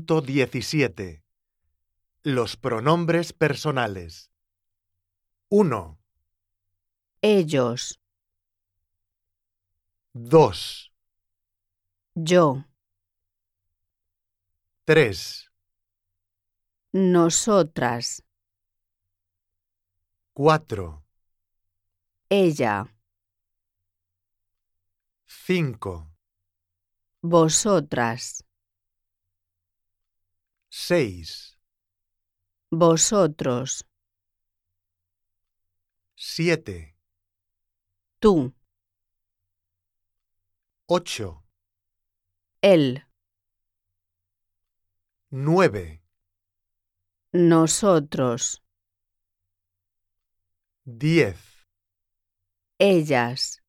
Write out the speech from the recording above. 1.17 Los pronombres personales 1, ellos, 2, yo, 3, nosotras, 4, ella, 5, vosotras, 6, vosotros, 7, tú, 8, él, 9, nosotros, 10. ellas.